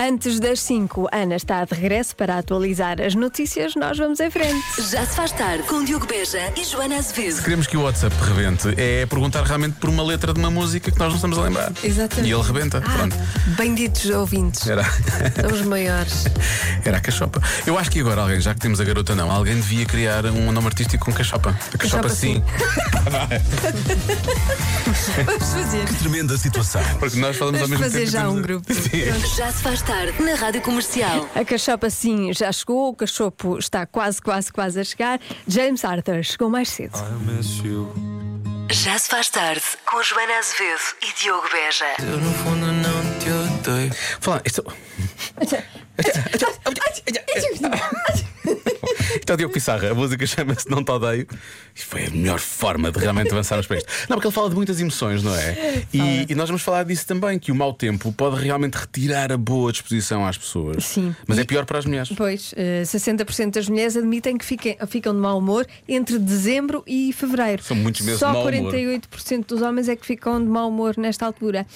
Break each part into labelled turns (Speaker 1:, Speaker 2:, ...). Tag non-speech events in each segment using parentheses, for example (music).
Speaker 1: Antes das 5, Ana está de regresso para atualizar as notícias. Nós vamos em frente.
Speaker 2: Já se faz tarde com Diogo Beja e Joana Azevedo.
Speaker 3: Queremos que o WhatsApp rebente é perguntar realmente por uma letra de uma música que nós não estamos a lembrar.
Speaker 4: Exatamente. Ah,
Speaker 3: E ele rebenta. Pronto. É.
Speaker 4: Benditos ouvintes,
Speaker 3: Era, (laughs)
Speaker 4: são os maiores.
Speaker 3: era a cachopa. Eu acho que agora alguém, já que temos a garota não, alguém devia criar um nome artístico com cachopa. A cachopa,
Speaker 4: Cachopa
Speaker 3: sim.
Speaker 4: Vamos fazer.
Speaker 5: Tremenda situação.
Speaker 3: Porque nós falamos ao
Speaker 4: Vamos
Speaker 3: mesmo
Speaker 4: fazer
Speaker 3: tempo. e
Speaker 4: já
Speaker 3: temos-
Speaker 4: um
Speaker 3: (laughs)
Speaker 4: grupo.
Speaker 2: Já se faz tarde na Rádio Comercial.
Speaker 1: A cachopa, sim, já chegou. O cachopo está quase, quase, quase a chegar. James Arthur chegou mais cedo.
Speaker 2: Já se faz tarde com Joana Azevedo e Diogo Beja.
Speaker 6: Eu no fundo não te odeio.
Speaker 3: Falar, isto. Então, Diogo Pissarra, a música chama-se Não Te Odeio e foi a melhor forma de realmente avançarmos para isto. Não, porque ele fala de muitas emoções, não é? E, e nós vamos falar disso também, que o mau tempo pode realmente retirar a boa disposição às pessoas.
Speaker 1: Sim.
Speaker 3: Mas é pior para as mulheres.
Speaker 4: Pois, eh, 60% das mulheres admitem que fiquem- ficam de mau humor entre dezembro e fevereiro.
Speaker 3: São muitos meses
Speaker 4: Só
Speaker 3: de mau humor.
Speaker 4: 48% dos homens é que ficam de mau humor nesta altura.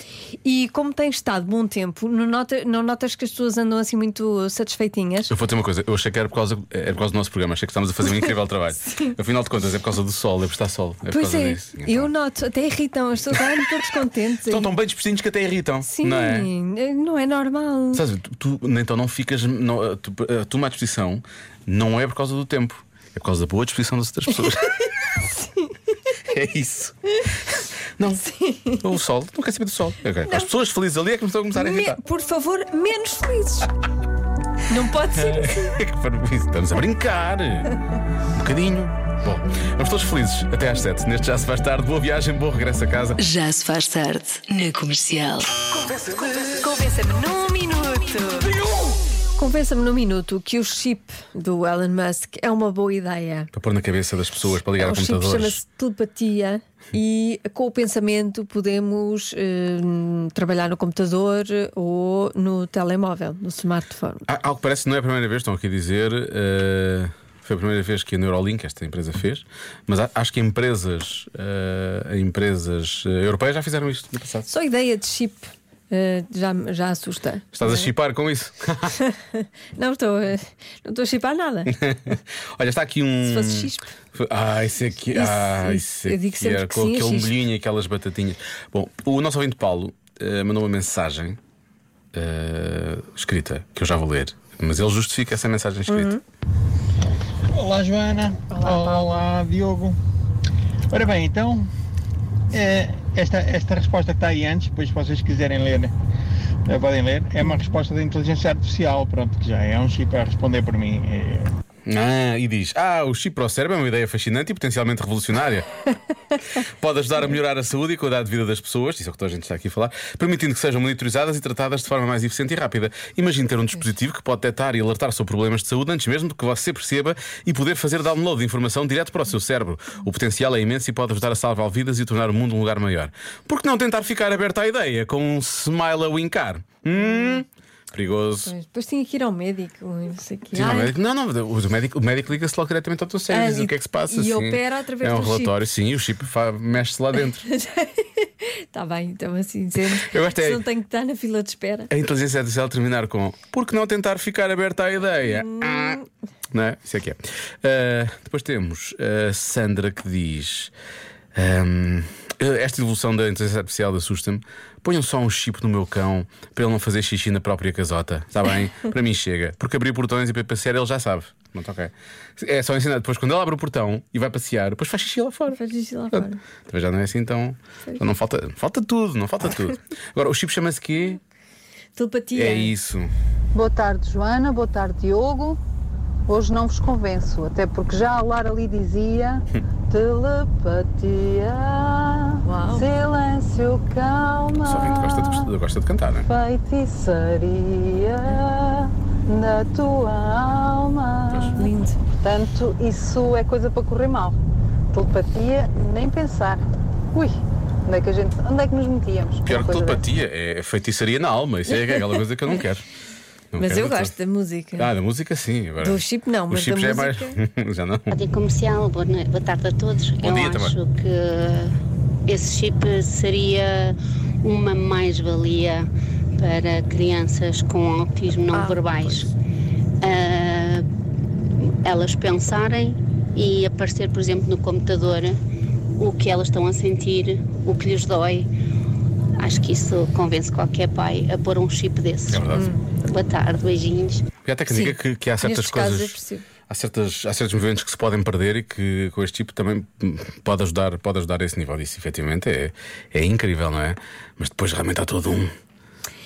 Speaker 4: E como tem estado bom tempo, não, nota- não notas que as pessoas andam assim muito satisfeitinhas?
Speaker 3: Eu vou dizer uma coisa, eu achei que era por causa, era por causa do nosso programa, achei que estávamos a fazer um
Speaker 4: (laughs)
Speaker 3: incrível trabalho. Afinal de contas, é por causa do sol, é por estar sol. É por
Speaker 4: Pois
Speaker 3: causa
Speaker 4: é,
Speaker 3: disso.
Speaker 4: eu noto, até irritam, as pessoas andam todos contentes.
Speaker 3: Estão tão bem dispostinhos que até irritam.
Speaker 4: Sim,
Speaker 3: Não é?
Speaker 4: eh, não é normal.
Speaker 3: Sabes, tu, tu- então não ficas. Não, a tu, eh, a tua má disposição não é por causa do tempo, é por causa da boa disposição das outras
Speaker 4: (laughs)
Speaker 3: pessoas. É isso. Não. O sol. Não quer saber do sol. Ok. As pessoas felizes ali é que me estão a começar a
Speaker 4: Me-
Speaker 3: irritar. (laughs)
Speaker 4: por favor, menos felizes. Não pode
Speaker 3: (laughs)
Speaker 4: ser assim.
Speaker 3: É que para mim, Estamos a brincar. Um bocadinho. Bom, vamos todos felizes. Até às sete. Neste já se faz tarde. Boa viagem, bom regresso a casa.
Speaker 2: Já se faz tarde na Comercial.
Speaker 1: Convença-me num minuto. Convença-me num minuto que o chip do Elon Musk é uma boa ideia.
Speaker 3: Para pôr na cabeça das pessoas, para ligar
Speaker 4: O
Speaker 3: a
Speaker 4: chip
Speaker 3: computadores.
Speaker 4: chama-se telepatia e com o pensamento podemos eh, trabalhar no computador ou no telemóvel, no smartphone.
Speaker 3: Há- Algo que parece que não é a primeira vez, estão aqui a dizer. eh, foi a primeira vez que a Neuralink, esta empresa, fez. Mas a- acho que empresas, eh, empresas eh, europeias já fizeram isto no passado.
Speaker 4: Só a ideia de chip eh, já, me- já assusta.
Speaker 3: Estás a chipar com isso? (laughs)
Speaker 4: Não estou, eh, não estou a chipar nada.
Speaker 3: Olha, está aqui um.
Speaker 4: Se fosse chispe.
Speaker 3: Ah, isso aqui.
Speaker 4: Isso,
Speaker 3: ah,
Speaker 4: isso.
Speaker 3: isso
Speaker 4: Eu
Speaker 3: aqui
Speaker 4: digo sempre
Speaker 3: era
Speaker 4: que
Speaker 3: com
Speaker 4: sim, é
Speaker 3: aquele
Speaker 4: chispe.
Speaker 3: molhinho e aquelas batatinhas. Bom, o nosso ouvinte Paulo eh, mandou uma mensagem eh, escrita, que eu já vou ler. Mas ele justifica essa mensagem
Speaker 4: Uhum.
Speaker 3: escrita.
Speaker 7: Olá Joana, olá, Diogo. Ora bem, então eh, esta, esta resposta que está aí antes, depois se vocês quiserem ler, eh, podem ler, é uma resposta da inteligência artificial, pronto, que já é um chip a responder por mim. Eh,
Speaker 3: Ah, e diz: Ah, o chip para o cérebro é uma ideia fascinante e potencialmente revolucionária. Pode ajudar a melhorar a saúde e a qualidade de vida das pessoas, isso é o que toda a gente está aqui a falar, permitindo que sejam monitorizadas e tratadas de forma mais eficiente e rápida. Imagine ter um dispositivo que pode detectar e alertar sobre problemas de saúde antes mesmo do que você perceba e poder fazer download de informação direto para o seu cérebro. O potencial é imenso e pode ajudar a salvar vidas e tornar o mundo um lugar maior. Por que não tentar ficar aberto à ideia com um smile a wincar? Hum, perigoso.
Speaker 4: Mas depois tinha que ir ao médico, não é? sei o quê.
Speaker 3: Sim, não,
Speaker 4: Ai,
Speaker 3: o um médico- não, não, o médico, o médico liga-se logo diretamente ao teu cérebro
Speaker 4: Ah,
Speaker 3: e diz
Speaker 4: e-
Speaker 3: o que é que se passa.
Speaker 4: e
Speaker 3: sim.
Speaker 4: opera através
Speaker 3: É um
Speaker 4: do chip.
Speaker 3: relatório, sim, e o chip fa- mexe-se lá dentro.
Speaker 4: Está bem, então assim dizendo.
Speaker 3: Eu gostei.
Speaker 4: Se não tenho que estar na fila de espera.
Speaker 3: A inteligência artificial terminar com por que não tentar ficar aberta à ideia?
Speaker 4: Hum.
Speaker 3: Ah. Não é? Isso é que é. Ah, depois temos a Sandra que diz: ahm, Esta evolução da inteligência artificial assusta-me. Ponham só um chip no meu cão para ele não fazer xixi na própria casota.
Speaker 4: (laughs)
Speaker 3: Está bem? para mim chega. Porque abrir portões e para passear ele já sabe. Pronto, ok. É só ensinar. Depois, quando ele abre o portão e vai passear, depois faz xixi lá fora.
Speaker 4: Faz isso lá fora.
Speaker 3: Portanto, Também já não é assim tão. então Não falta, falta tudo, não falta
Speaker 4: (laughs)
Speaker 3: tudo. Agora, o chip chama-se quê?
Speaker 4: Telepatia.
Speaker 3: É isso.
Speaker 8: Boa tarde, Joana. Boa tarde, Diogo. Hoje não vos convenço, até porque já a Lara ali
Speaker 3: (laughs)
Speaker 8: dizia telepatia,
Speaker 4: Uau.
Speaker 8: silêncio,
Speaker 3: Só quem
Speaker 8: calma,
Speaker 3: gosta de, gosta de cantar, não é?
Speaker 8: feitiçaria na tua alma.
Speaker 4: Ah, Lindo.
Speaker 8: Portanto, isso é coisa para correr mal. Telepatia, nem pensar. Ui, onde é que a gente, onde é que nos metíamos? com
Speaker 3: Pior
Speaker 8: uma
Speaker 3: que
Speaker 8: coisa
Speaker 3: telepatia, é feitiçaria na alma. Isso é aquela coisa que eu não quero. Não
Speaker 4: Mas
Speaker 3: quero
Speaker 4: eu
Speaker 3: de todo.
Speaker 4: gosto da música.
Speaker 3: Ah, da música sim. Agora,
Speaker 4: Do chip, não,
Speaker 3: o
Speaker 4: mas da
Speaker 3: chip já
Speaker 4: música-
Speaker 3: é mais. (laughs) já não.
Speaker 9: Rádio Comercial, boa, noi- boa tarde a todos.
Speaker 3: Bom
Speaker 9: Eu
Speaker 3: dia também.
Speaker 9: acho que esse chip seria uma mais-valia para crianças com autismo não verbais. Ah, elas pensarem e aparecer, por exemplo, no computador o que elas estão a sentir, o que lhes dói. Acho que isso convence qualquer pai a pôr um chip desses.
Speaker 3: É verdade.
Speaker 9: Boa tarde, beijinhos.
Speaker 3: Porque há até quem diga
Speaker 4: Sim.
Speaker 3: que, que há certas
Speaker 4: Nestes casos é
Speaker 3: coisas.
Speaker 4: possível.
Speaker 3: há, certas, há certos movimentos que se podem perder e que com este tipo também hum, pode ajudar, pode ajudar a esse nível. Isso efetivamente é, é incrível, não é? Mas depois realmente há todo um.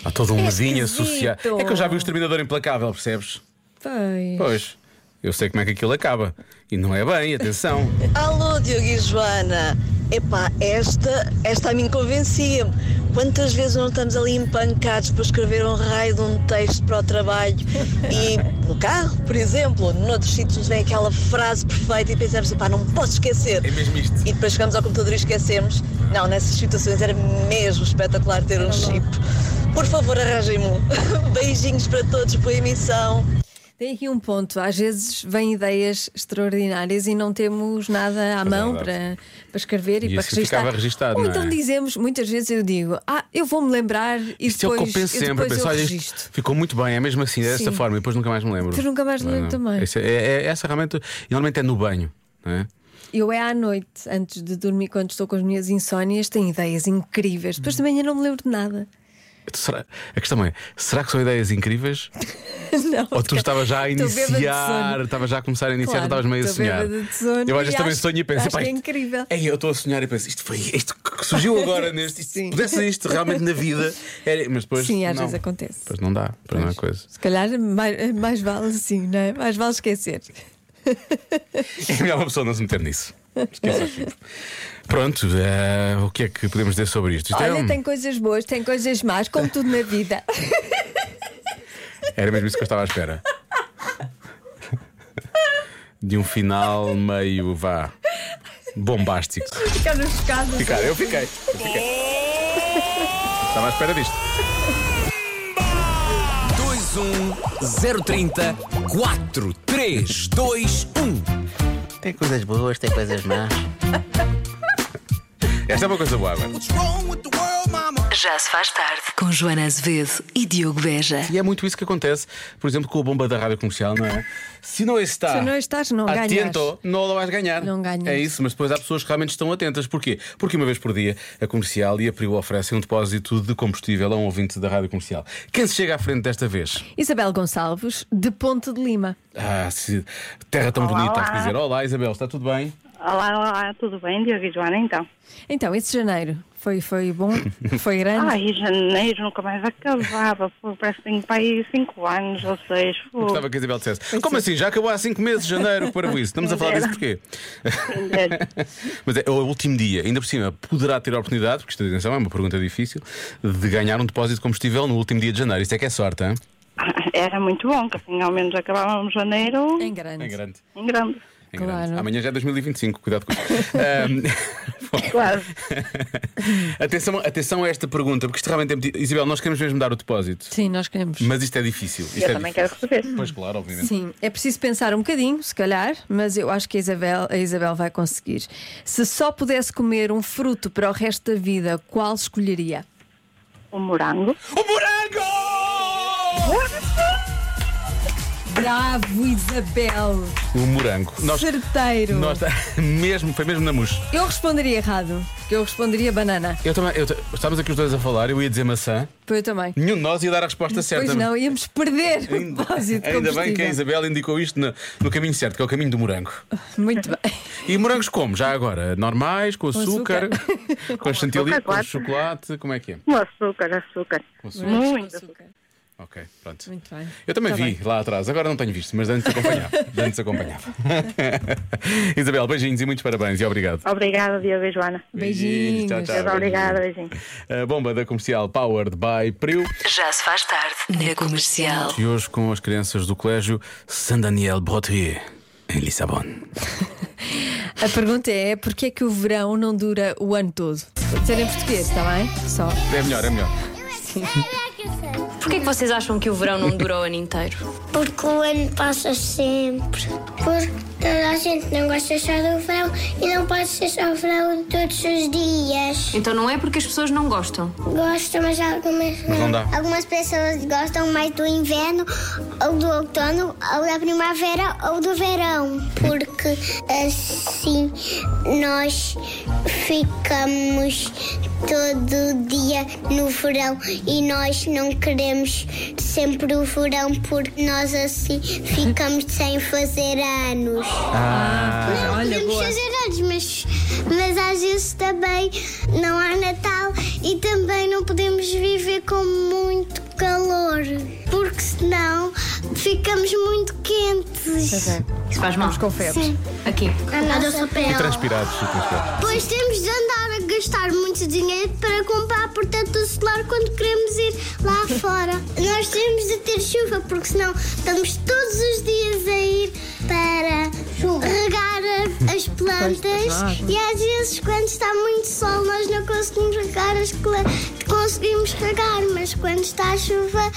Speaker 3: Há todo um
Speaker 4: É
Speaker 3: medinho
Speaker 4: esquisito.
Speaker 3: associado. É que eu já vi o exterminador implacável, percebes?
Speaker 4: Pois.
Speaker 3: Pois. Eu sei como é que aquilo acaba. E não é bem, atenção.
Speaker 5: Alô, Diogo e Joana. Epá, esta, esta a mim convencia-me. Quantas vezes não estamos ali empancados para escrever um raio de um texto para o trabalho e no carro, por exemplo, noutros sítios vem aquela frase perfeita e pensamos, epá, não me posso esquecer.
Speaker 3: É mesmo isto.
Speaker 5: E depois chegamos ao computador e esquecemos. Não, nessas situações era mesmo espetacular ter um chip. Por favor, arranjem-me.
Speaker 10: (laughs)
Speaker 5: um. Beijinhos para todos, boa emissão.
Speaker 4: Tem aqui um ponto. Às vezes vêm ideias extraordinárias e não temos nada à
Speaker 3: Pois é,
Speaker 4: mão para,
Speaker 3: verdade.
Speaker 4: para escrever e,
Speaker 3: E
Speaker 4: para
Speaker 3: assim
Speaker 4: registrar.
Speaker 3: ficava registado,
Speaker 4: Ou
Speaker 3: não
Speaker 4: então
Speaker 3: é?
Speaker 4: dizemos, muitas vezes eu digo, ah, eu vou-me lembrar e
Speaker 3: (laughs) Isto é o
Speaker 4: depois
Speaker 3: que eu penso
Speaker 4: e
Speaker 3: sempre.
Speaker 4: depois
Speaker 3: penso,
Speaker 4: eu
Speaker 3: olha, isto
Speaker 4: registro.
Speaker 3: ficou muito bem, é mesmo assim, é desta
Speaker 4: Sim.
Speaker 3: forma, e depois nunca mais me lembro.
Speaker 4: Depois nunca mais me lembro
Speaker 3: Não,
Speaker 4: também.
Speaker 3: esse é, é- essa realmente. E normalmente é no banho, não é?
Speaker 4: Eu é à noite, antes de dormir, quando estou com as minhas insónias, tenho ideias incríveis.
Speaker 3: Hum.
Speaker 4: Depois também eu não me lembro de nada. (laughs)
Speaker 3: Será- a questão é: será que são ideias
Speaker 4: (laughs)
Speaker 3: incríveis?
Speaker 4: Não,
Speaker 3: Ou tu
Speaker 4: porque
Speaker 3: estavas já a
Speaker 4: estou bêbada de
Speaker 3: iniciar,
Speaker 4: sono.
Speaker 3: estavas já a começar a iniciar,
Speaker 4: Claro,
Speaker 3: estavas meio a
Speaker 4: estou
Speaker 3: sonhar.
Speaker 4: bêbada de sono
Speaker 3: eu às
Speaker 4: e
Speaker 3: vezes também
Speaker 4: acho-
Speaker 3: sonho e penso,
Speaker 4: acho
Speaker 3: "Pá,
Speaker 4: que é
Speaker 3: isto-
Speaker 4: incrível."
Speaker 3: Ei, eu estou a sonhar e penso, isto foi isto
Speaker 4: (laughs)
Speaker 3: que surgiu agora neste, isto, se
Speaker 4: Sim.
Speaker 3: pudesse isto realmente na vida. Era- mas depois.
Speaker 4: Sim, às
Speaker 3: não.
Speaker 4: vezes acontece.
Speaker 3: Depois não dá, depois não é
Speaker 4: Pois.
Speaker 3: coisa.
Speaker 4: Se calhar mais, mais vale assim, não é? Mais vale esquecer.
Speaker 3: É melhor uma pessoa não se meter nisso. Esqueça sempre. Pronto, eh, o que é que podemos dizer sobre isto? Isto é
Speaker 4: Olha,
Speaker 3: um-
Speaker 4: tem coisas boas, tem coisas más, como tudo na vida.
Speaker 3: (laughs) Era mesmo isso que eu estava à espera. De um final meio vá. Bombástico.
Speaker 4: Ficaram chocadas.
Speaker 3: Ficar, eu fiquei. Eu fiquei. Estava à espera disto.
Speaker 6: um, 030 4321
Speaker 11: Tem coisas boas, tem coisas más.
Speaker 3: Esta é uma coisa boa agora.
Speaker 2: Já se faz tarde com Joana Azevedo e Diogo Beja.
Speaker 3: E é muito isso que acontece, por exemplo, com a bomba da rádio comercial, não é? Se não está.
Speaker 4: Se não estás, não ganhas.
Speaker 3: atento, não lo vais ganhar.
Speaker 4: Não ganhas.
Speaker 3: É isso, mas depois há pessoas que realmente estão atentas. Porquê? Porque uma vez por dia a comercial e a Priu oferecem um depósito de combustível a um ouvinte da rádio comercial. Quem se chega à frente desta vez?
Speaker 4: Isabel Gonçalves, de Ponte de Lima.
Speaker 3: Ah, se- terra tão bonita, a dizer: Olá Isabel, está tudo bem?
Speaker 9: Olá, olá, tudo bem, Diogo e Joana, então?
Speaker 4: Então, esse janeiro foi, foi
Speaker 3: (laughs)
Speaker 4: bom, foi grande.
Speaker 9: Ai, janeiro nunca mais acabava, pô, parece que tenho para aí 5 anos ou 6,
Speaker 3: Gostava que a Isabel dissesse:
Speaker 9: é.
Speaker 3: Como assim? Já acabou há cinco meses de janeiro para isso? Estamos a falar disso porquê? Mas é, é o último dia, ainda por cima, poderá ter a oportunidade, porque isto atenção, é uma pergunta difícil, de ganhar um depósito de combustível no último dia de janeiro. Isso é que é sorte, hein?
Speaker 9: Era muito bom, que assim ao menos acabávamos janeiro
Speaker 4: Em grande.
Speaker 3: É grande.
Speaker 9: em grande.
Speaker 3: É grande.
Speaker 4: Claro.
Speaker 3: Amanhã já é 2025, cuidado com isso.
Speaker 9: (laughs)
Speaker 3: Ahm, bom.
Speaker 9: Quase.
Speaker 3: (laughs) atenção, atenção a esta pergunta, porque isto realmente é. muito- Isabel, nós queremos mesmo dar o depósito,
Speaker 4: Sim, nós queremos.
Speaker 3: mas isto é difícil. Isto
Speaker 9: Eu
Speaker 3: é
Speaker 9: também
Speaker 3: difícil.
Speaker 9: quero receber.
Speaker 3: Pois, claro, obviamente.
Speaker 4: Sim, é preciso pensar um bocadinho, se calhar, mas eu acho que a Isabel, a Isabel vai conseguir. Se só pudesse comer um fruto para o resto da vida, qual escolheria?
Speaker 9: Um morango.
Speaker 3: O morango!
Speaker 4: Bravo, Isabel!
Speaker 3: O morango. Nós,
Speaker 4: Certeiro!
Speaker 3: nós, tá- (laughs) mesmo, foi mesmo na mousse.
Speaker 4: Eu responderia errado, porque eu responderia banana.
Speaker 3: Eu também, eu, estávamos aqui os dois a falar, eu ia dizer maçã,
Speaker 4: Pois eu também.
Speaker 3: nenhum de nós ia dar a resposta certa.
Speaker 4: Pois não, íamos perder o
Speaker 3: tá Ainda,
Speaker 4: depósito de
Speaker 3: ainda bem que é a
Speaker 4: combustível.
Speaker 3: Isabel indicou isto no, no caminho certo, que é o caminho do morango.
Speaker 4: Muito bem.
Speaker 3: E morangos como, já agora? Normais, com açúcar, (laughs) com chantilly,
Speaker 9: açúcar,
Speaker 3: com
Speaker 9: claro.
Speaker 3: chocolate, como é que é?
Speaker 9: Um açúcar, açúcar.
Speaker 3: Um
Speaker 9: Muito.
Speaker 4: Açúcar.
Speaker 3: Ok, pronto.
Speaker 4: Muito bem.
Speaker 3: Eu também
Speaker 4: Tá
Speaker 3: vi
Speaker 4: bem.
Speaker 3: lá atrás, agora não tenho visto, mas antes acompanhava.
Speaker 4: (laughs)
Speaker 3: antes acompanhava. (laughs) Isabel, beijinhos e muitos parabéns e obrigado.
Speaker 9: Obrigada, Diogo e Joana.
Speaker 4: Beijinhos.
Speaker 3: Tchau, tchau.
Speaker 9: Obrigada, beijinho.
Speaker 3: A bomba da comercial Powered by Priu.
Speaker 2: Já se faz tarde na comercial.
Speaker 3: E hoje com as crianças do colégio Saint-Daniel Brottier, em Lissabon.
Speaker 4: A pergunta é: porquê é que o verão não dura tá o ano todo? Pode ser em português, está bem? Só.
Speaker 3: É melhor, é melhor.
Speaker 8: Porquê que vocês acham que o verão não dura o ano inteiro?
Speaker 12: Porque o ano passa sempre. Porque toda a gente não gosta só do verão e não pode ser só o verão todos os dias.
Speaker 8: Então não é porque as pessoas não gostam?
Speaker 12: Gostam, mas algumas
Speaker 3: Mas não dá.
Speaker 12: Algumas pessoas gostam mais do inverno, ou do outono, ou da primavera, ou do verão. Porque assim nós ficamos todo dia no verão e nós não queremos sempre o verão porque nós assim ficamos sem fazer anos. Não
Speaker 4: olha,
Speaker 12: podemos
Speaker 4: boa.
Speaker 12: fazer anos, mas, mas às vezes também não há Natal e também não podemos viver com muito calor, porque senão ficamos muito quentes.
Speaker 8: Isso faz mal.
Speaker 12: com febre. Sim.
Speaker 8: Aqui.
Speaker 12: A nossa
Speaker 3: E
Speaker 12: pele.
Speaker 3: transpirados, e transpirados.
Speaker 12: Pois temos de andar a gastar muito dinheiro para comprar protetor solar quando queremos ir lá fora. Nós temos de ter chuva, porque senão estamos todos os dias a ir para regar a- as plantas e às vezes quando está muito sol nós não conseguimos regar as plantas. Conseguimos regar, mas quando está a chuva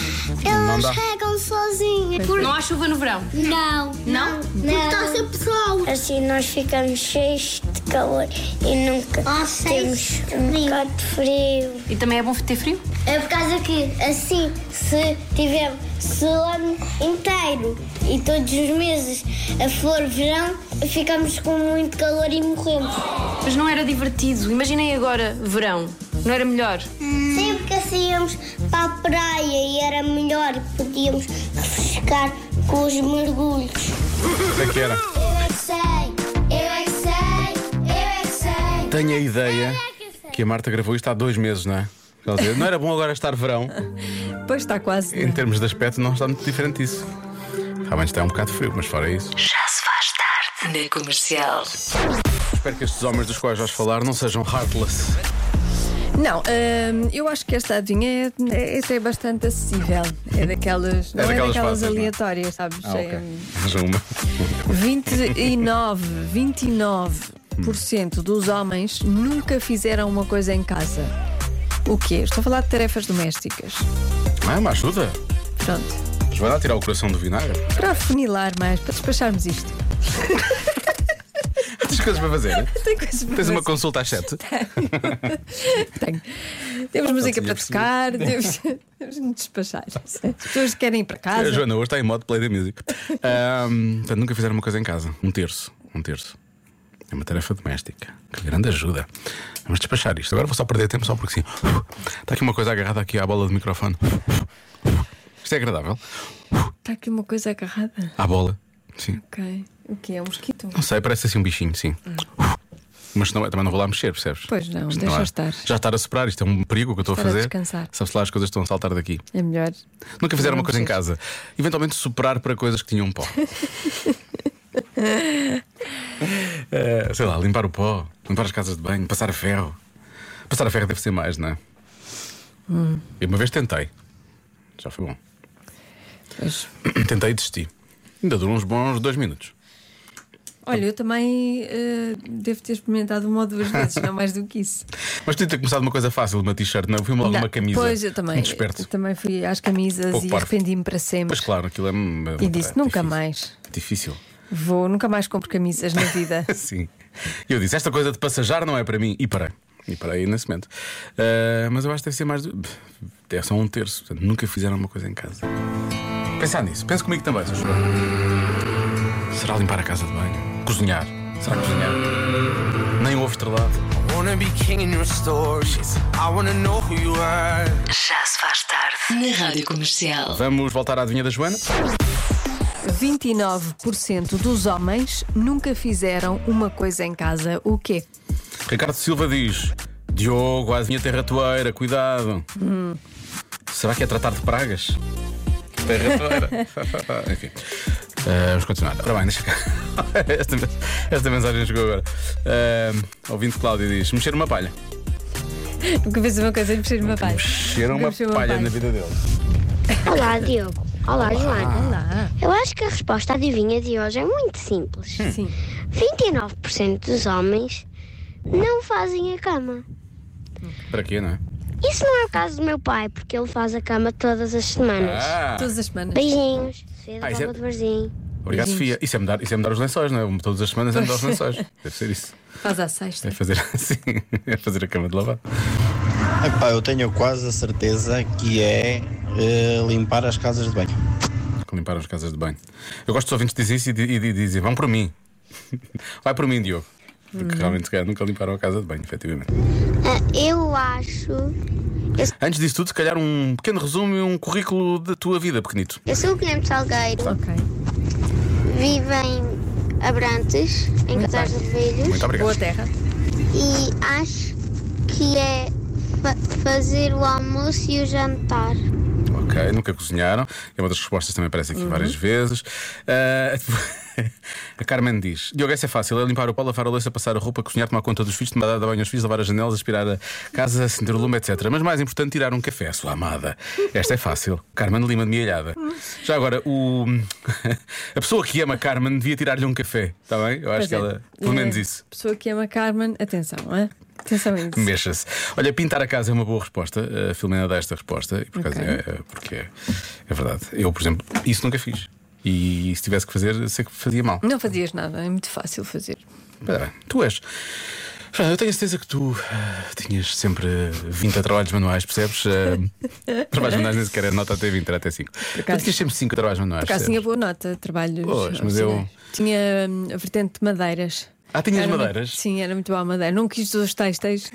Speaker 12: elas
Speaker 3: dá.
Speaker 12: regam sozinhas. Por-
Speaker 8: Não há chuva no verão?
Speaker 12: não.
Speaker 8: Não?
Speaker 12: Porque está sempre sol. Assim nós ficamos cheios de calor e nunca temos um bocado Ah, de frio.
Speaker 8: E também é bom ter frio?
Speaker 12: É por causa que assim, se tivermos se o ano inteiro e todos os meses a flor verão, ficamos com muito calor e morremos.
Speaker 8: Mas não era divertido. Imaginem agora verão. Não era melhor?
Speaker 12: Sempre que assim íamos para a praia e era melhor e podíamos refrescar com os mergulhos.
Speaker 3: Como é que era?
Speaker 12: Eu é que sei, eu é que sei, eu é que sei. é
Speaker 3: Tenho a ideia que a Marta gravou isto há dois meses, não é? Quer dizer, não era bom agora estar verão.
Speaker 4: Pois está quase.
Speaker 3: Em termos de aspecto, não está muito diferente disso. Realmente está um bocado frio, mas fora isso.
Speaker 2: Já se faz tarde na comercial.
Speaker 3: Espero que estes homens dos quais vais falar não sejam heartless.
Speaker 4: Não, hum, eu acho que esta adivinha é, é, é bastante acessível. É daquelas, não é daquelas,
Speaker 3: daquelas fáceis, não é?
Speaker 4: aleatórias, sabes?
Speaker 3: Ah, ok.
Speaker 4: É,
Speaker 3: Haja uma.
Speaker 4: 29, 29% dos homens nunca fizeram uma coisa em casa. O quê? Estou a falar de tarefas domésticas.
Speaker 3: Ah, uma ajuda.
Speaker 4: Pronto.
Speaker 3: Mas vai lá tirar o coração do vinagre.
Speaker 4: Para afunilar mais, para despacharmos isto. (laughs)
Speaker 3: Tens coisas para fazer?
Speaker 4: Tem coisas para
Speaker 3: Tens uma
Speaker 4: fazer.
Speaker 3: consulta às sete?
Speaker 4: Tenho. Temos música
Speaker 3: tinha
Speaker 4: para tocar, temos, (laughs) temos de nos despachar. As pessoas querem ir para
Speaker 3: A
Speaker 4: casa.
Speaker 3: é Joana hoje está em modo play the music. Ahm, portanto, nunca fizeram uma coisa em casa. Um terço. Um terço. É uma tarefa doméstica. Que grande ajuda. Vamos despachar isto. Agora vou só perder tempo só porque sim. Está aqui uma coisa agarrada aqui à bola do microfone. Isto é agradável.
Speaker 4: Está aqui uma coisa agarrada.
Speaker 3: À bola. Sim.
Speaker 4: Ok. O que é? Um mosquito?
Speaker 3: Não sei, parece assim um bichinho, sim. Mas não é- também não vou lá mexer, percebes?
Speaker 4: Pois não,
Speaker 3: Isto
Speaker 4: deixa
Speaker 3: é-
Speaker 4: estar.
Speaker 3: Já estar a soprar, isto é um perigo que eu estou a
Speaker 4: Estar a
Speaker 3: fazer.
Speaker 4: descansar.
Speaker 3: Sabe-se lá, as coisas estão a saltar daqui.
Speaker 4: É melhor.
Speaker 3: Nunca fizeram
Speaker 4: Não
Speaker 3: uma coisa em
Speaker 4: mexer.
Speaker 3: casa. Eventualmente soprar para coisas que tinham pó.
Speaker 4: (laughs)
Speaker 3: Eh, sei lá, limpar o pó, limpar as casas de banho, passar a ferro. Passar a ferro deve ser mais, não é?
Speaker 4: Hum.
Speaker 3: Eu uma vez tentei. Já foi bom. (clears throat)
Speaker 4: Pois.
Speaker 3: tentei e desisti. Ainda durou uns bons dois minutos.
Speaker 4: Olha, eu também eh, devo ter experimentado uma ou
Speaker 3: (laughs)
Speaker 4: duas vezes, não mais do que isso.
Speaker 3: Mas tinha de ter começado uma coisa fácil, uma t-shirt, não? Fui-me logo
Speaker 4: Não,
Speaker 3: uma camisa.
Speaker 4: Pois eu também.
Speaker 3: Um desperto.
Speaker 4: eu também fui às camisas
Speaker 3: Pouco
Speaker 4: e
Speaker 3: parvo.
Speaker 4: arrependi-me para sempre.
Speaker 3: Mas claro, aquilo é. uma-
Speaker 4: e disse:
Speaker 3: uma-
Speaker 4: nunca
Speaker 3: difícil.
Speaker 4: mais.
Speaker 3: Difícil.
Speaker 4: Vou, nunca mais compro camisas na vida.
Speaker 3: (laughs) Sim. E eu disse: esta coisa de passajar não é para mim. E parei. E parei nesse momento. Ah, mas eu acho que deve ser mais. do- É só um terço. Portanto, nunca fizeram uma coisa em casa. Pensar nisso. Pensa comigo também, se Será limpar a casa de banho? Cozinhar? Será cozinhar? Nem ovo estrelado.
Speaker 6: Wanna be king in your story. I wanna know who you are.
Speaker 2: Já se faz tarde na rádio comercial.
Speaker 3: Vamos voltar à adivinha da Joana?
Speaker 4: 29% dos homens nunca fizeram uma coisa em casa. O quê?
Speaker 3: Ricardo Silva diz: Diogo, a adivinha tem ratoeira, cuidado. Será que é tratar de pragas? Tem (laughs) ratoeira. Enfim. Eh, vamos continuar. Ora bem, deixa cá. (laughs) esta, mens- esta mensagem chegou agora. Eh, ouvinte Cláudio diz: mexer uma palha.
Speaker 4: Nunca fiz uma coisa de mexer numa palha.
Speaker 3: Mexeram
Speaker 4: Nunca
Speaker 3: uma
Speaker 4: mexeu
Speaker 3: palha,
Speaker 4: numa
Speaker 3: na vida dele.
Speaker 13: Olá, Diogo. Olá, Joana.
Speaker 4: Olá.
Speaker 13: Eu acho que a resposta adivinha de hoje é muito simples.
Speaker 3: Hum.
Speaker 4: Sim.
Speaker 13: 29% dos homens não fazem a cama.
Speaker 3: Para quê, não é?
Speaker 12: Isso não é o caso do meu pai, porque ele faz a cama todas as semanas.
Speaker 4: Ah. Todas as semanas.
Speaker 12: Beijinhos. Sofia da
Speaker 3: Ah, isso é-
Speaker 12: Bola do Barzinho.
Speaker 3: Obrigado,
Speaker 12: Beijinhos.
Speaker 3: Sofia. Isso é, mudar, isso é mudar os lençóis, não é? Todas as semanas é mudar (laughs) os
Speaker 4: Pois.
Speaker 3: lençóis. Deve ser isso.
Speaker 4: Faz à sexta.
Speaker 3: É fazer (laughs) assim. É fazer a cama de lavar.
Speaker 14: Epá, eu tenho quase a certeza que é eh, limpar as casas de banho.
Speaker 3: Limpar as casas de banho. Eu gosto dos ouvintes que dizem isso e, di- e di- dizem: vão por mim. (laughs) Vai por mim, Diogo. Porque
Speaker 12: Hum.
Speaker 3: realmente, se calhar, nunca limparam a casa de banho, efetivamente.
Speaker 12: Ah, eu acho.
Speaker 3: Antes disso tudo, se calhar, um pequeno resumo e um currículo da tua vida, pequenito.
Speaker 12: Eu sou o Guilherme Salgueiro.
Speaker 4: Ok.
Speaker 12: Vivo em Abrantes, em Casais de Velhos.
Speaker 3: Muito obrigado. Boa
Speaker 4: terra.
Speaker 12: E acho que é fa- fazer o almoço e o jantar.
Speaker 3: Ok, nunca cozinharam. É uma das respostas que também aparece aqui
Speaker 12: Uhum.
Speaker 3: várias vezes. Ah, (laughs) a Carmen diz: Diogo, essa é fácil. É limpar o pau, lavar a louça, passar a roupa, cozinhar, tomar conta dos filhos, tomar dar banho aos filhos, lavar as janelas, aspirar a casa, acender o lume, etc. Mas mais importante, tirar um café, a sua amada. Esta é fácil. Carmen Lima de Mielhada. Já agora, o... (laughs) a pessoa que ama Carmen devia tirar-lhe um café, está bem? Eu
Speaker 4: Pois
Speaker 3: acho que
Speaker 4: é.
Speaker 3: ela, pelo menos
Speaker 4: É,
Speaker 3: isso.
Speaker 4: Pessoa que ama Carmen, atenção, é? Atenção a isso.
Speaker 3: Mexa-se. Olha, pintar a casa é uma boa resposta. A Filomena dá esta resposta. E por acaso
Speaker 4: Ok.
Speaker 3: é, é- porque é, é verdade. Eu, por exemplo, isso nunca fiz. E se tivesse que fazer, sei que fazia mal.
Speaker 4: Não fazias nada, é muito fácil fazer.
Speaker 3: Espera bem, tu és. Fernando, eu tenho a certeza que tu ah, tinhas sempre ah, 20 trabalhos manuais, percebes? Ah,
Speaker 4: (laughs)
Speaker 3: trabalhos manuais nem sequer era nota até 20, era até 5. Tu
Speaker 4: acaso-
Speaker 3: tinhas sempre 5 trabalhos manuais.
Speaker 4: Por acaso tinha
Speaker 3: percebes?
Speaker 4: boa nota, trabalhos.
Speaker 3: Pois, mas eu-
Speaker 4: ocasionais. Tinha hum, a vertente de madeiras.
Speaker 3: Ah, tinhas
Speaker 4: Era muito-
Speaker 3: madeiras?
Speaker 4: Sim, era muito boa a madeira. Não quis os textos,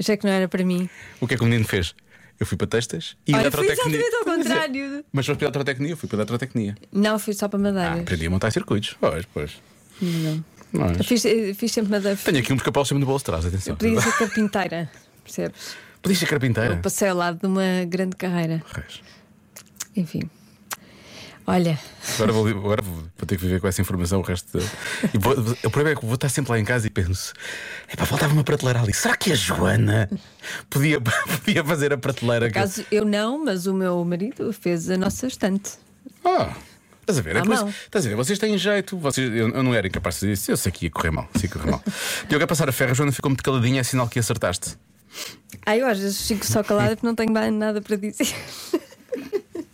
Speaker 4: achei que não era para mim.
Speaker 3: O que é que o menino fez? Eu fui para textas e
Speaker 4: Olha, foi
Speaker 3: eletrotecnia.
Speaker 4: exatamente ao
Speaker 3: Pois é.
Speaker 4: contrário. Ah,
Speaker 3: Mas foste para a eletrotecnia, eu fui para a eletrotecnia.
Speaker 4: Não, fui só para
Speaker 3: Ah,
Speaker 4: madeiras.
Speaker 3: Aprendi a montar circuitos. Pois, pois.
Speaker 4: Não.
Speaker 3: Mas-
Speaker 4: Eu Fiz, eu fiz sempre madeira.
Speaker 3: Tenho aqui um pescapau sempre no bolso de trás, atenção.
Speaker 4: Podia
Speaker 3: (laughs)
Speaker 4: ser carpinteira, percebes?
Speaker 3: Podia ser carpinteira.
Speaker 4: Eu passei ao lado de uma grande carreira. Enfim. Olha,
Speaker 3: Agora vou, agora vou vou ter que viver com essa informação o resto. da- E vou- o problema é que vou estar sempre lá em casa e penso: epá, faltava uma prateleira ali. Será que a Joana podia, (laughs) podia fazer a prateleira? que-
Speaker 4: caso eu não, mas o meu marido fez a nossa estante.
Speaker 3: Ah, estás a ver? É
Speaker 4: À
Speaker 3: por isso-
Speaker 4: mão.
Speaker 3: estás a ver? Vocês têm jeito. Vocês, eu, eu não era incapaz de fazer isso. Eu sei que ia correr mal. Sei que ia correr mal. Diogo, a passar a ferro, a Joana ficou muito caladinha. É sinal que acertaste. (laughs)
Speaker 4: Ah, eu às vezes fico só calada porque não tenho mais nada para dizer.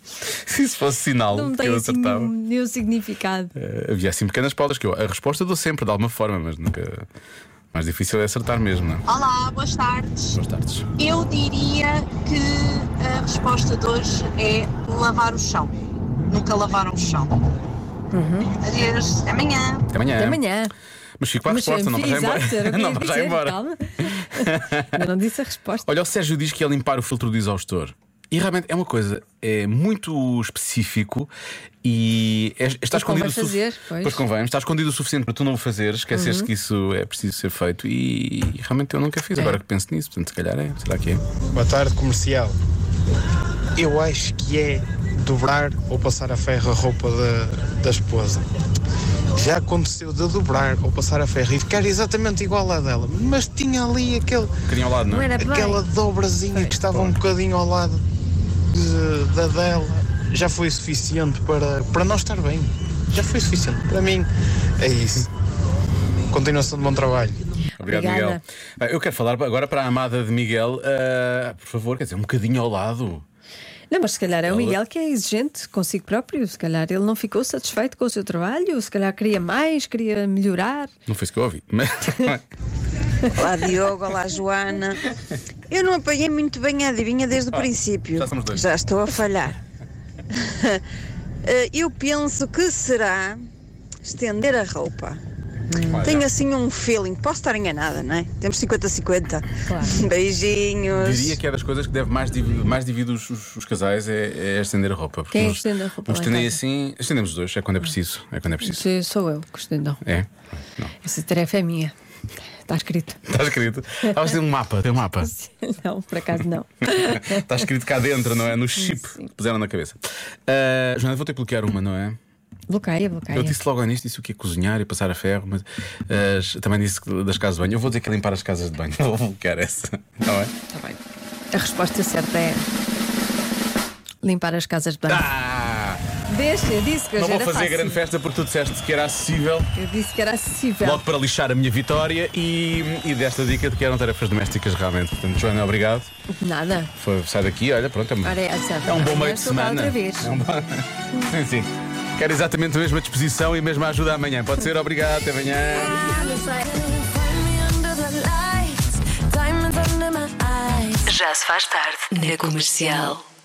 Speaker 3: Se isso fosse sinal
Speaker 4: não
Speaker 3: que
Speaker 4: tem
Speaker 3: eu
Speaker 4: assim,
Speaker 3: acertava.
Speaker 4: nenhum, nenhum significado.
Speaker 3: Eh, havia assim pequenas pautas que eu. A resposta eu dou sempre, de alguma forma, mas nunca. Mais difícil é acertar mesmo, não é?
Speaker 10: Olá, boas tardes.
Speaker 3: Boas tardes.
Speaker 10: Eu diria que a resposta de hoje é lavar o chão. Nunca lavaram o chão.
Speaker 8: Uhum.
Speaker 10: Adeus, até amanhã.
Speaker 3: Até amanhã. Até amanhã. Mas fico para a
Speaker 4: Mas,
Speaker 3: resposta, não
Speaker 4: enfim,
Speaker 3: vai já
Speaker 4: exato,
Speaker 3: (laughs)
Speaker 4: era o que
Speaker 3: embora. Não
Speaker 4: eu ia
Speaker 3: vai já
Speaker 4: dizer,
Speaker 3: embora.
Speaker 4: calma. Ainda não disse a resposta.
Speaker 3: Olha, o Sérgio diz que é limpar o filtro do exaustor. E realmente é uma coisa, é muito específico e é, está
Speaker 4: Mas convém
Speaker 3: escondido. o sufi-
Speaker 4: fazer, pois.
Speaker 3: convém, está escondido o suficiente para tu não o fazeres, esqueceres
Speaker 4: Uhum. É.
Speaker 3: que isso é preciso ser feito e, e realmente eu nunca fiz. Agora que penso nisso, portanto, se calhar é. Será que é?
Speaker 14: Boa tarde, comercial. Eu acho que é dobrar ou passar a ferro a roupa da, da esposa. Já aconteceu de dobrar ou passar a ferro e ficar exatamente igual à dela, mas tinha ali aquele,
Speaker 3: bocadinho ao lado, não é?
Speaker 14: aquela dobrazinha que estava um bocadinho ao lado de- da dela. Já foi suficiente para, para não estar bem. Já foi suficiente. Para mim, é isso. Continuação de bom trabalho.
Speaker 3: Obrigado,
Speaker 14: Obrigada.
Speaker 3: Miguel. Bem, eu quero falar agora para a amada de Miguel, ah, por favor, quer dizer, um bocadinho ao lado.
Speaker 4: Não, mas se calhar é o
Speaker 3: Ela-
Speaker 4: Miguel que é exigente consigo próprio. Se calhar ele não ficou satisfeito com o seu trabalho, se calhar queria mais, queria melhorar.
Speaker 3: Não foi isso que eu ouvi,
Speaker 4: (laughs)
Speaker 3: mas.
Speaker 8: Olá Diogo, olá Joana. Eu não apanhei muito bem a adivinha desde o
Speaker 3: Ah,
Speaker 8: princípio.
Speaker 3: já somos dois.
Speaker 8: Já estou a
Speaker 3: (laughs)
Speaker 8: falhar. Eh, Eu penso que será estender a roupa.
Speaker 15: Olha.
Speaker 8: Tenho assim um feeling, posso estar enganada, não é? Temos 50-50. (laughs) Beijinhos.
Speaker 3: Diria que é das coisas que deve mais dividir, mais dividir os, os- os casais é, é estender a roupa. porque
Speaker 4: Quem é que
Speaker 3: uns-
Speaker 4: estende a roupa
Speaker 3: Uns
Speaker 4: lá em
Speaker 3: tendem
Speaker 4: casa?
Speaker 3: assim, estendemos os dois, é quando é preciso. É quando é preciso.
Speaker 4: Isso sou eu, que estendo.
Speaker 3: É,
Speaker 4: Essa tarefa é minha. Está escrito.
Speaker 3: está Tá escrito. Estavas tem um mapa, tem um mapa.
Speaker 4: (laughs) Não, por acaso não.
Speaker 3: Está escrito cá dentro, não é? No chip. Puseram na cabeça. Ah, Joana, vou ter que bloquear uma, não é?
Speaker 4: Bloqueia, bloqueia.
Speaker 3: Eu disse logo nisto, disse o que é cozinhar e passar a ferro, mas ah, também disse que das casas de banho. Eu vou dizer que é limpar as casas de banho. (laughs) Vou bloquear essa. é? Está bem?
Speaker 4: Está Tá bem. A resposta certa é limpar as casas de banho.
Speaker 3: Ah!
Speaker 4: Deixa, disse que hoje
Speaker 3: Não vou
Speaker 4: era
Speaker 3: fazer
Speaker 4: fácil.
Speaker 3: grande festa porque tu disseste que era acessível.
Speaker 4: Eu disse que era acessível.
Speaker 3: Logo para lixar a minha vitória e, e desta dica de que eram tarefas domésticas realmente. Portanto, Joana, obrigado.
Speaker 4: Nada.
Speaker 3: Foi, sai daqui, olha, pronto. É, uma-
Speaker 4: Ora, essa.
Speaker 3: é um bom
Speaker 4: Amanhã
Speaker 3: meio de
Speaker 4: estou cá
Speaker 3: semana.
Speaker 4: outra vez.
Speaker 3: É um bom... (laughs) sim, sim. Quero exatamente a mesma disposição e a mesma ajuda amanhã. Pode ser, obrigado, até amanhã.
Speaker 2: Já se faz tarde na comercial.